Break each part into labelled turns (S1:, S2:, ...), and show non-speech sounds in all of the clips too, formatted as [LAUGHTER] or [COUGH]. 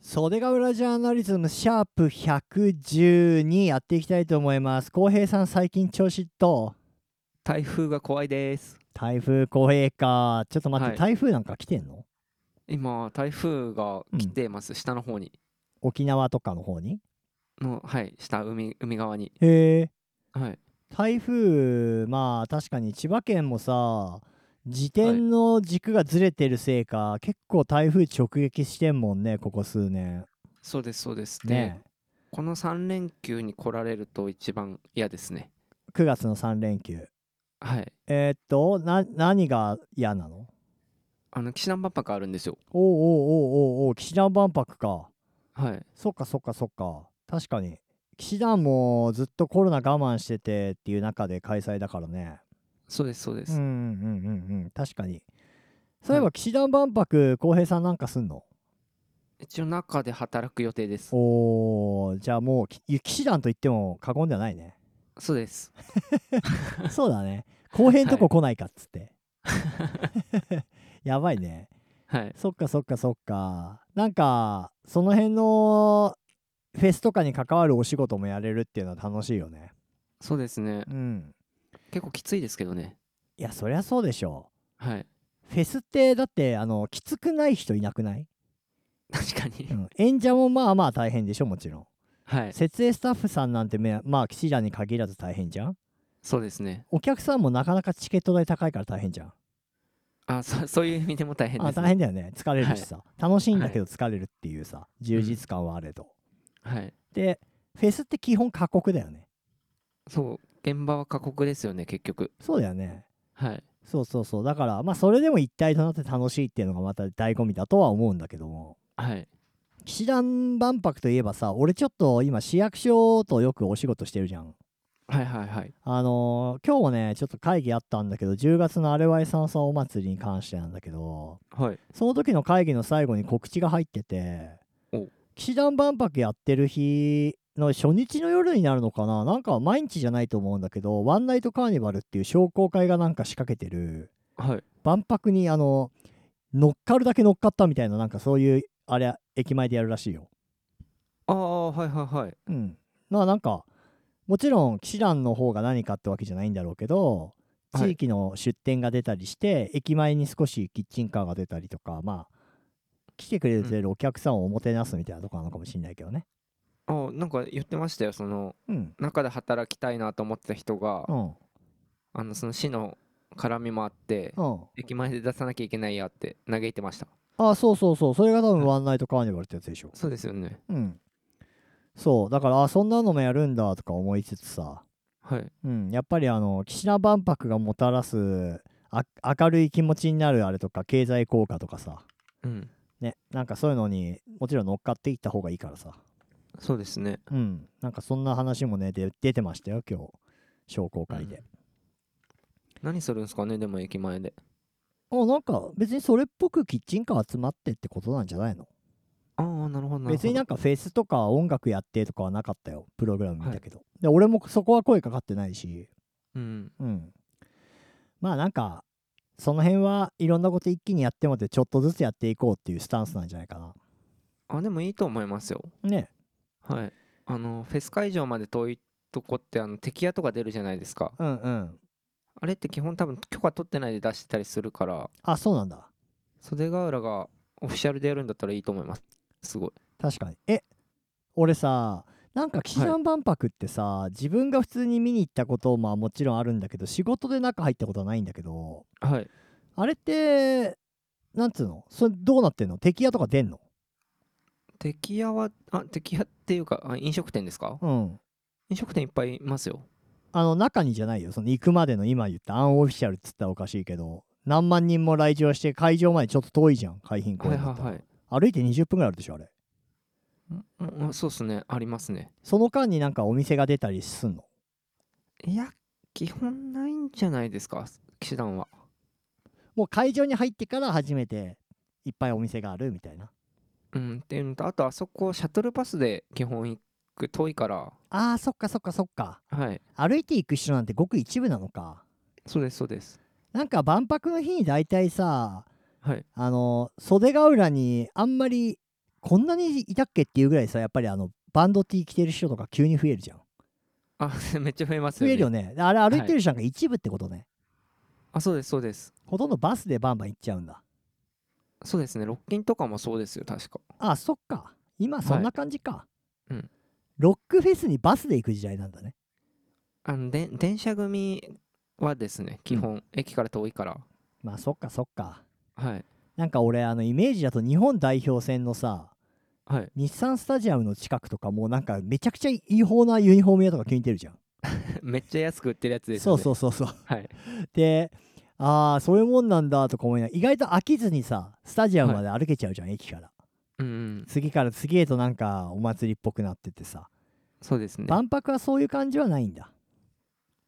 S1: 袖ヶ浦ジャーナリズムシャープ112やっていきたいと思います。浩平さん最近調子と
S2: 台風が怖いです
S1: 台風浩平かちょっと待って、
S2: はい
S1: 台風なんか来てんの
S2: 今台風が来てます、下の方に
S1: 沖縄とかの方に
S2: のはい下海海側に
S1: へえ
S2: はい
S1: 台風まあ確かに千葉県もさ自転の軸がずれてるせいか、結構台風直撃してんもんねここ数年
S2: そうですそうです
S1: ね
S2: でこの3連休に来られると一番嫌ですね
S1: 9月の3連休
S2: はい
S1: えーっとな何が嫌なの
S2: あの岸田万博あるんですよ
S1: おうおうおうおうおう岸田万博か
S2: はい
S1: そっかそっかそっか確かに岸田もずっとコロナ我慢しててっていう中で開催だからね
S2: そうですそうで
S1: うん
S2: す、
S1: うんうんうんうん確かにそういえば岸田万博浩平さんなんかすんの
S2: 一応中で働く予定です
S1: おーじゃあもうき岸田と言っても過言ではない [LAUGHS] ね
S2: そうです
S1: そうだね後平んとこ来ないかっつって、 [LAUGHS] やばいね
S2: はい
S1: そっかそっかそっかなんかその辺のフェスとかに関わるお仕事もやれるっていうのは楽しいよね
S2: そうですね
S1: うん
S2: 結構きついですけどね
S1: いやそりゃそうでしょ
S2: はい
S1: フェスってだってあのきつくない人いなくない、
S2: 確かに
S1: うん、演者もまあまあ大変でしょもちろん
S2: はい
S1: 設営スタッフさんなんてめまあ岸田に限らず大変じゃん
S2: そうですね
S1: お客さんもなかなかチケット代高いから大変じゃん、
S2: あそそういう意味でも大変
S1: あ
S2: です、
S1: 大
S2: ね、
S1: 変だよね疲れるしさ、楽しいんだけど疲れるっていうさ充実感はあれと、
S2: はい
S1: でフェスって基本過酷だよね
S2: そう現場は過酷ですよね結局
S1: そうだよね
S2: はい
S1: そうそうそうだからまあそれでも一体となって楽しいっていうのがまた醍醐味だとは思うんだけども
S2: はい
S1: 岸田万博といえばさ俺ちょっと今市役所とよくお仕事してるじゃん
S2: はいはいはい
S1: あのー今日もねちょっと会議あったんだけど10月のアレワイサンサお祭りに関してなんだけど
S2: はい
S1: その時の会議の最後に告知が入ってて
S2: お
S1: 岸田万博やってる日の初日の夜になるのかななんか毎日じゃないと思うんだけどワンナイトカーニバルっていう商工会がなんか仕掛けてる
S2: はい
S1: 万博にあの乗っかるだけ乗っかったみたいななんかそういうあれ駅前でやるらしいよ
S2: ああはいはいはい
S1: うん、まあなんかもちろん騎士団の方が何かってわけじゃないんだろうけど
S2: はい
S1: 地域の出店が出たりして、駅前に少しキッチンカーが出たりとかまあ来てくれてるお客さんをおもてなすみたいなとこなのかもしれないけどね。
S2: あーなんか言ってましたよその
S1: うん、
S2: 中で働きたいなと思ってた人が
S1: うん、
S2: あのその市の絡みもあって
S1: うん、
S2: 駅前で出さなきゃいけないやって嘆いてました
S1: ああそうそうそうそれが多分ワンナイトカーニバルってやつでしょ。
S2: そうですよね
S1: うん、そうだからあそんなのもやるんだとか思いつつさ、
S2: はい
S1: うん、やっぱりあの岸田万博がもたらすあ明るい気持ちになるあれとか経済効果とかさ
S2: うん
S1: ねなんかそういうのにもちろん乗っかっていった方がいいからさ
S2: そうですね
S1: うんなんかそんな話もねで出てましたよ今日商工会で、
S2: 何するんですかねでも駅前で
S1: あなんか別にそれっぽくキッチンカー集まってってことなんじゃないの
S2: ああなるほどなるほど
S1: 別になんかフェスとか音楽やってとかはなかったよプログラム見たけど、で俺もそこは声かかってないし
S2: うん
S1: うんまあなんかその辺はいろんなこと一気にやってもってちょっとずつやっていこうっていうスタンスなんじゃないかな
S2: あでもいいと思いますよ
S1: ね
S2: はいあのフェス会場まで遠いとこってあの敵屋とか出るじゃないですか
S1: うんうん
S2: あれって基本多分許可取ってないで出してたりするから
S1: あそうなんだ
S2: 袖ヶ浦がオフィシャルでやるんだったらいいと思いますすごい
S1: 確かにえ俺さなんか岸田万博ってさ、自分が普通に見に行ったこともまあもちろんあるんだけど仕事で中入ったことはないんだけど
S2: はい
S1: あれってなんつうのそれどうなってんの敵屋とか出んの
S2: 敵屋はあ敵屋っていうかあ飲食店ですか
S1: うん
S2: 飲食店いっぱいいますよ
S1: あの中にじゃないよその行くまでの今言ったアンオフィシャルっつったらおかしいけど何万人も来場して会場までちょっと遠いじゃん海浜公
S2: はい
S1: 園だっ
S2: は
S1: た
S2: い
S1: ら、
S2: はい
S1: 歩いて20分ぐらいあるでしょあれ
S2: うんうんそうっすねありますね
S1: その間になんかお店が出たりすんの
S2: いや基本ないんじゃないですか騎士団は
S1: もう会場に入ってから初めていっぱいお店があるみたいな
S2: うんっていうのとあとあそこシャトルバスで基本行く遠いから
S1: あーそっかそっかそっか
S2: はい
S1: 歩いていく人なんてごく一部なのか
S2: そうですそうです
S1: なんか万博の日に大体さ
S2: はい
S1: あの袖ヶ浦にあんまりこんなにいたっけっていうぐらいさやっぱりあのバンド T 着てる人とか急に増えるじゃん
S2: あ [LAUGHS] めっちゃ増えます
S1: 増
S2: よね
S1: えるよねあれ歩いてる人なんか一部ってことね、
S2: あそうですそうです
S1: ほとんどバスでバンバン行っちゃうんだ
S2: そうですねロッキンとかもそうですよ確か
S1: あそっか今そんな感じか、
S2: うん
S1: ロックフェスにバスで行く時代なんだね
S2: あので電車組はですね基本、駅から遠いから
S1: まあそっかそっか
S2: はい
S1: なんか俺あのイメージだと日本代表戦のさ
S2: はい [LAUGHS]
S1: 日産スタジアムの近くとかもうなんかめちゃくちゃ違法なユニフォーム屋とか気に入ってるじゃん、
S2: めっちゃ安く売ってるやつです
S1: そ
S2: よ
S1: う
S2: ね
S1: そうそうそう
S2: はい
S1: でああそういうもんなんだとか思いながら意外と飽きずにさスタジアムまで歩けちゃうじゃん、駅から
S2: うん、うん、
S1: 次から次へとなんかお祭りっぽくなっててさ、
S2: そうですね
S1: 万博はそういう感じはないんだ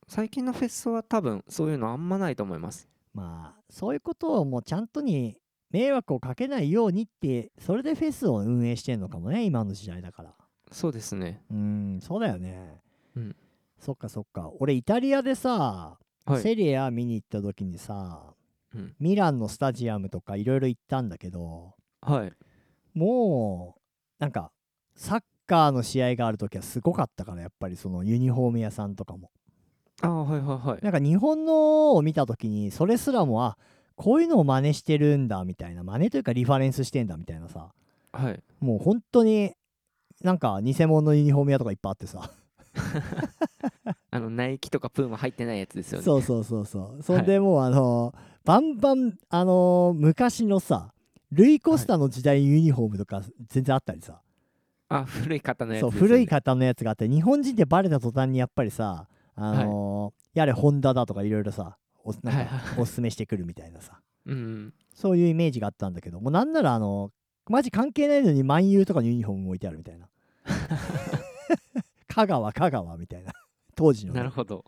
S2: 最近のフェスは多分そういうのあんまないと思います
S1: まあそういうことをもうちゃんとに迷惑をかけないようにってそれでフェスを運営してんのかもね今の時代だから
S2: そうですね
S1: うーんそうだよね
S2: うん
S1: そっかそっか俺イタリアでさ、
S2: はい
S1: セリエ A 見に行った時にさ、
S2: うん
S1: ミランのスタジアムとかいろいろ行ったんだけど
S2: はい
S1: もうなんかサッカーの試合がある時はすごかったからやっぱりそのユニフォーム屋さんとかも
S2: あーはいはいはい
S1: なんか日本のを見た時にそれすらもあこういうのを真似してるんだみたいな真似というかリファレンスしてんだみたいなさ
S2: はい
S1: もう本当になんか偽物のユニフォーム屋とかいっぱいあってさ
S2: あのナイキとかプーマ入ってないやつですよね
S1: そうそうそうそうそんでもうあのーバンバンあのー昔のさルイ・コスタの時代のユニフォームとか全然あったりさ、
S2: あ古い方のやつ
S1: そう
S2: ですよね
S1: 古い方のやつがあって日本人ってバレた途端にやっぱりさあのーやれホンダだとかいろいろさおなん
S2: はい
S1: か
S2: は
S1: [LAUGHS]
S2: い
S1: おすすめしてくるみたいなさ
S2: うん
S1: そういうイメージがあったんだけど、もうなんならあの、マジ関係ないのに万有とかのユニフォームも置いてあるみた
S2: [LAUGHS]
S1: いな。香川、香川みたいな。当時のね、
S2: なるほど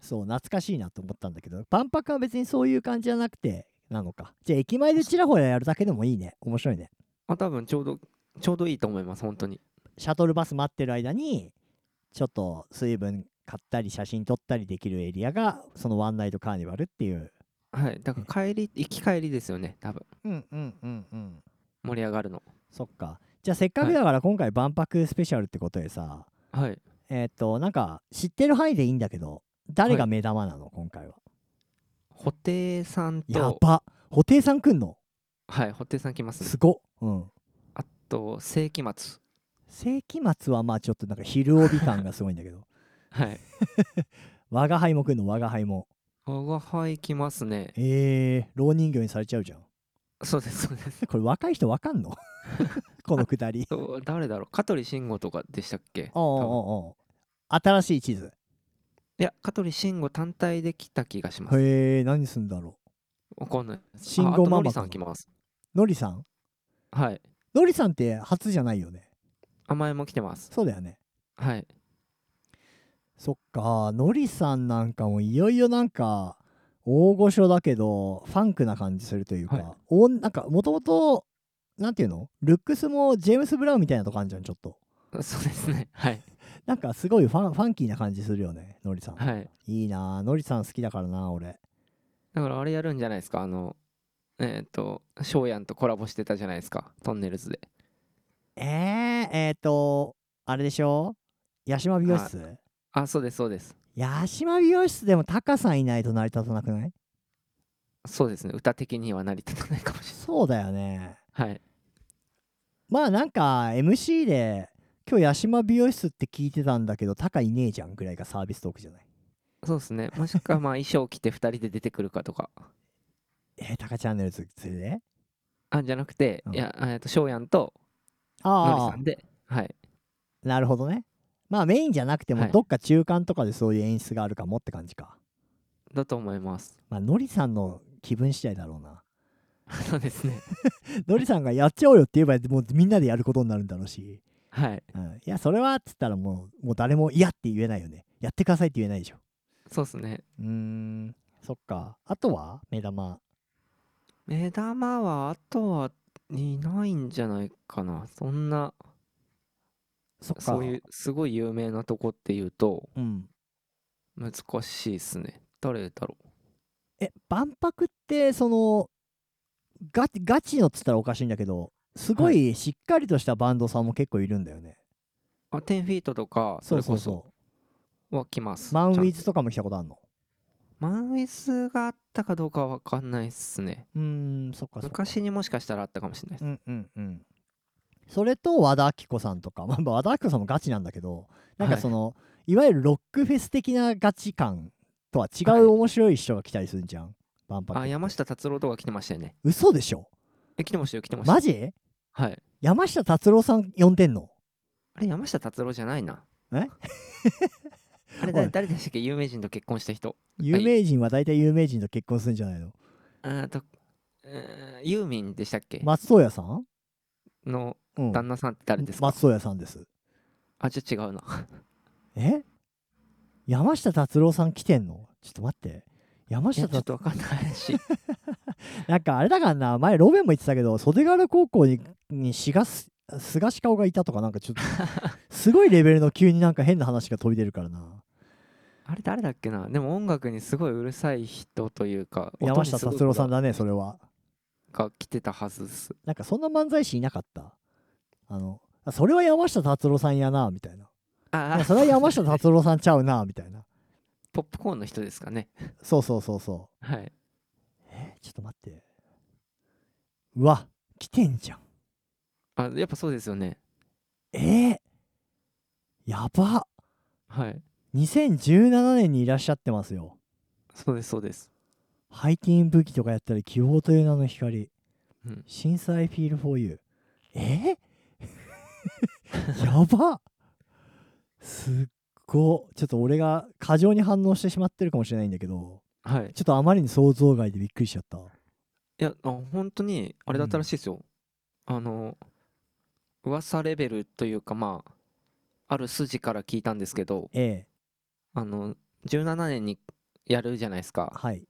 S1: そう、懐かしいなと思ったんだけど、万博は別にそういう感じじゃなくて、なのか。じゃあ駅前でちらほらやるだけでもいいね。面白いね。
S2: あ多分ちょうどちょうどいいと思います本当に
S1: シャトルバス待ってる間に、ちょっと水分買ったり写真撮ったりできるエリアが、そのワンナイトカーニバルっていう。
S2: はいだから帰り行き帰りですよね多分
S1: うんうんうんうん。
S2: 盛り上がるの
S1: そっか。じゃあせっかくだから今回万博スペシャルってことでさ、
S2: はい
S1: えーっ、と、なんか、知ってる範囲でいいんだけど、誰が目玉なの、今回は。
S2: 布袋さん
S1: や
S2: と
S1: ば。布袋さんくんの。
S2: はい布袋さん来ますね
S1: すご。うん。
S2: あと世紀末
S1: 世紀末はまあちょっとなんか昼帯感がすごいんだ
S2: [LAUGHS]
S1: けど。
S2: はい
S1: 我が輩もくんの、我が輩も。
S2: 我が輩来ますね
S1: えー、老人形にされちゃうじゃん。
S2: そうですそうです
S1: これ若い人わかんの [LAUGHS] このくだり。
S2: と誰だろう香取慎吾とかでしたっけ
S1: おうおう
S2: [LAUGHS] 多分
S1: おうおう新しい地図。
S2: いや香取慎吾単体で来た気がします
S1: へえ、何すんだろ
S2: わかんないです
S1: 慎吾
S2: ああと
S1: ママ
S2: のり
S1: か
S2: さ
S1: なん
S2: 来ます
S1: う。のりさん
S2: はい
S1: のりさんって初じゃないよね。
S2: 甘えも来てます
S1: そうだよね。
S2: はい
S1: そっかのりさんなんかもいよいよなんか大御所だけどファンクな感じするというか、
S2: はい
S1: おんなんかもともとなんていうのルックスもジェームス・ブラウンみたいなとこあるじゃんちょっと
S2: そうですねはい
S1: なんかすごいファンファンキーな感じするよねのりさん、
S2: はい
S1: い、いなあのりさん好きだからな俺
S2: だからあれやるんじゃないですかあのえっ、と翔やんとコラボしてたじゃないですかトンネルズで
S1: えー、えっ、ー、とあれでしょ八島美容室
S2: あそうですそうです
S1: 八島美容室でもタカさんいないと成り立たなくない
S2: そうですね歌的には成り立たないかもし
S1: そうだよね
S2: れないはい
S1: まあなんか MC で今日八島美容室って聞いてたんだけど高いねえじゃんぐらいがサービストークじゃない
S2: そうですねもしく
S1: [LAUGHS]
S2: はまあ衣装着て2人で出てくるかとか
S1: えー、高チャンネルズそれで
S2: あじゃなくて、
S1: うん
S2: いやえっ、と翔やんとのり
S1: あ
S2: さんではい
S1: あなるほどねまあメインじゃなくて
S2: は
S1: も
S2: い
S1: どっか中間とかでそういう演出があるかもって感じか、
S2: だと思います [LAUGHS]
S1: まあのりさんの気分次第だろうな
S2: そうですね
S1: のりさんがやっちゃおうよって言えばもうみんなでやることになるんだろうし、
S2: はい
S1: うん、いやそれはっつったらもうもう誰も嫌って言えないよねやってくださいって言えないでしょ
S2: そうですね
S1: うーんそっかあとは目玉
S2: 目玉はあとはいないんじゃないかなそんな
S1: そっか
S2: そういうすごい有名なとこっていうと
S1: うん
S2: 難しいですね誰だろう
S1: え万博ってそのガチガチのっつったらおかしいんだけどすごいしっかりとしたバンドさんも結構いるんだよね。
S2: あ10フィートとかそ
S1: そう
S2: れ
S1: そ
S2: こ
S1: う
S2: そ
S1: そ
S2: は来ます
S1: う。マンウィ
S2: ちゃん
S1: ズとかも来たことあるの
S2: マンウィズがあったかどうかは分かんないっすね
S1: うーん、そっかそっか。
S2: 昔にもしかしたらあったかもしれないです、
S1: うんうんうん。それと和田アキ子さんとか、 [LAUGHS] まあ、和田アキ子さんもガチなんだけど、なんか
S2: はい
S1: その、い、わゆるロックフェス的なガチ感とは違
S2: はいう
S1: 面白い人が来たりするんじゃん。万博
S2: あ山下達郎とか来てましたよね
S1: 嘘でしょ
S2: え来てましたよ来てました
S1: マジ
S2: はい
S1: 山下達郎さん呼んでんの
S2: あれ山下達郎じゃないな
S1: え
S2: [LAUGHS] あれ誰
S1: おい
S2: 誰でしたっけ有名人と結婚した人
S1: 有名人は大体有名人と結婚するんじゃないの、
S2: あーとえーユーミンでしたっけ、
S1: 松任谷さん、
S2: の
S1: うん、
S2: 旦那さんって誰ですか、
S1: 松任谷さんです。
S2: あじゃあ違うな
S1: え山下達郎さん来てんのちょっと待って。山
S2: い
S1: 下
S2: やちょっ
S1: 達
S2: とわかんな
S1: [LAUGHS]
S2: いし
S1: なんかあれだからな、前ロベンも言ってたけど、袖ヶ浦高校にに志賀す菅氏顔がいたとか、なんかちょっと [LAUGHS] すごいレベルの急になんか変な話が飛び出るからな。
S2: あれ誰だっけなでも音楽にすごいうるさい人というか
S1: 山下達郎さん
S2: だ
S1: だね、それは。
S2: が来てたはずっす
S1: なんかそんな漫才師いなかった。あの、あそれは山下達郎さんやな、みたいな。
S2: ああ
S1: それは山下達郎さんちゃうな、みたいな。
S2: ポップコーンの人ですかね
S1: そうそうそうそう。
S2: はい
S1: えちょっと待ってうわ来てんじゃん
S2: あやっぱそうですよね
S1: えー、やば
S2: はい
S1: 2017年にいらっしゃってますよ
S2: そうですそうです
S1: ハイティーン武器とかやったり希望という名の光
S2: うん
S1: 震災フィールフォーユーえ [LAUGHS] ー、やばすっごちょっと俺が過剰に反応してしまってるかもしれないんだけど
S2: はい
S1: ちょっとあまりに想像外でびっくりしちゃった
S2: いやあ本当にあれだったらしいですよ、あの噂レベルというかまあある筋から聞いたんですけど
S1: ええ
S2: あの17年にやるじゃないですか
S1: はい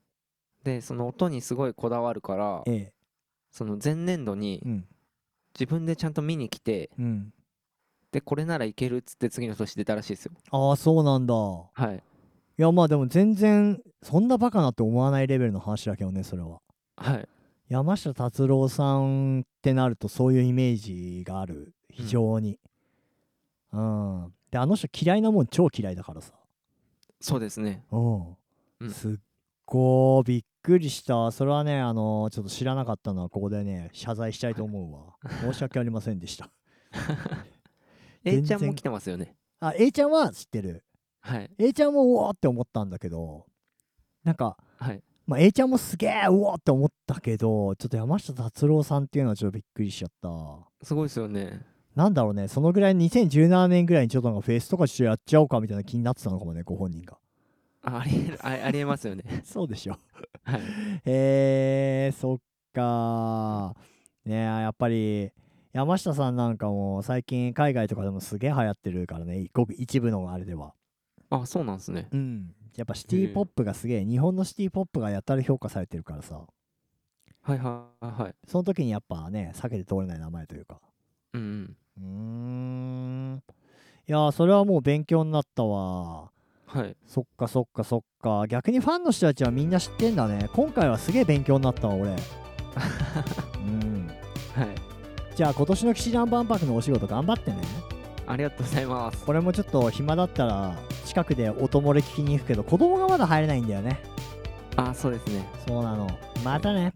S2: でその音にすごいこだわるから
S1: ええ
S2: その前年度に
S1: うん
S2: 自分でちゃんと見に来て
S1: うん
S2: でこれならいけるっつって次の年出たらしいですよ
S1: ああそうなんだ
S2: はい
S1: いやまあでも全然そんなバカなって思わないレベルの話だけどねそれは
S2: はい
S1: 山下達郎さんってなるとそういうイメージがある非常にうん、であの人嫌いなもん超嫌いだからさ
S2: そうですね
S1: うん、
S2: うん
S1: すっごいびっくりしたそれはねあのちょっと知らなかったのはここでね謝罪したいと思うわ申し訳ありませんでした
S2: A ちゃ
S1: 全
S2: んも
S1: 然
S2: 来てますよね
S1: あ A ちゃんは知ってる
S2: はい
S1: A ちゃんもうおーって思ったんだけどなんか
S2: はい
S1: まあ、A ちゃんもすげえうおーって思ったけどちょっと山下達郎さんっていうのはちょっとびっくりしちゃった
S2: すごいですよね
S1: なんだろうねそのぐらい2017年ぐらいにちょっとなんかフェスとかちょっとやっちゃおうかみたいな気になってたのかもねご本人が [LAUGHS]
S2: あありえるあありえますよね
S1: そうでしょ
S2: はい
S1: へえー、そっかーねえやっぱり山下さんなんかも最近海外とかでもすげえ流行ってるからねごく一部のあれでは
S2: あそうなんですね
S1: うんやっぱシティポップがすげえ日本のシティポップがやたら評価されてるからさ
S2: はいはいはいはい
S1: その時にやっぱね避けて通れない名前というか
S2: うん
S1: う
S2: うん
S1: ーんいやーそれはもう勉強になったわ
S2: はい
S1: そっかそっかそっか逆にファンの人たちはみんな知ってんだね今回はすげえ勉強になったわ俺うん
S2: はい
S1: じゃあ今年の騎士団万博のお仕事頑張ってね
S2: ありがとうございます
S1: これもちょっと暇だったら近くで音漏れ聞きに行くけど子供がまだ入れないんだよね
S2: あそうですね
S1: そうなのまたね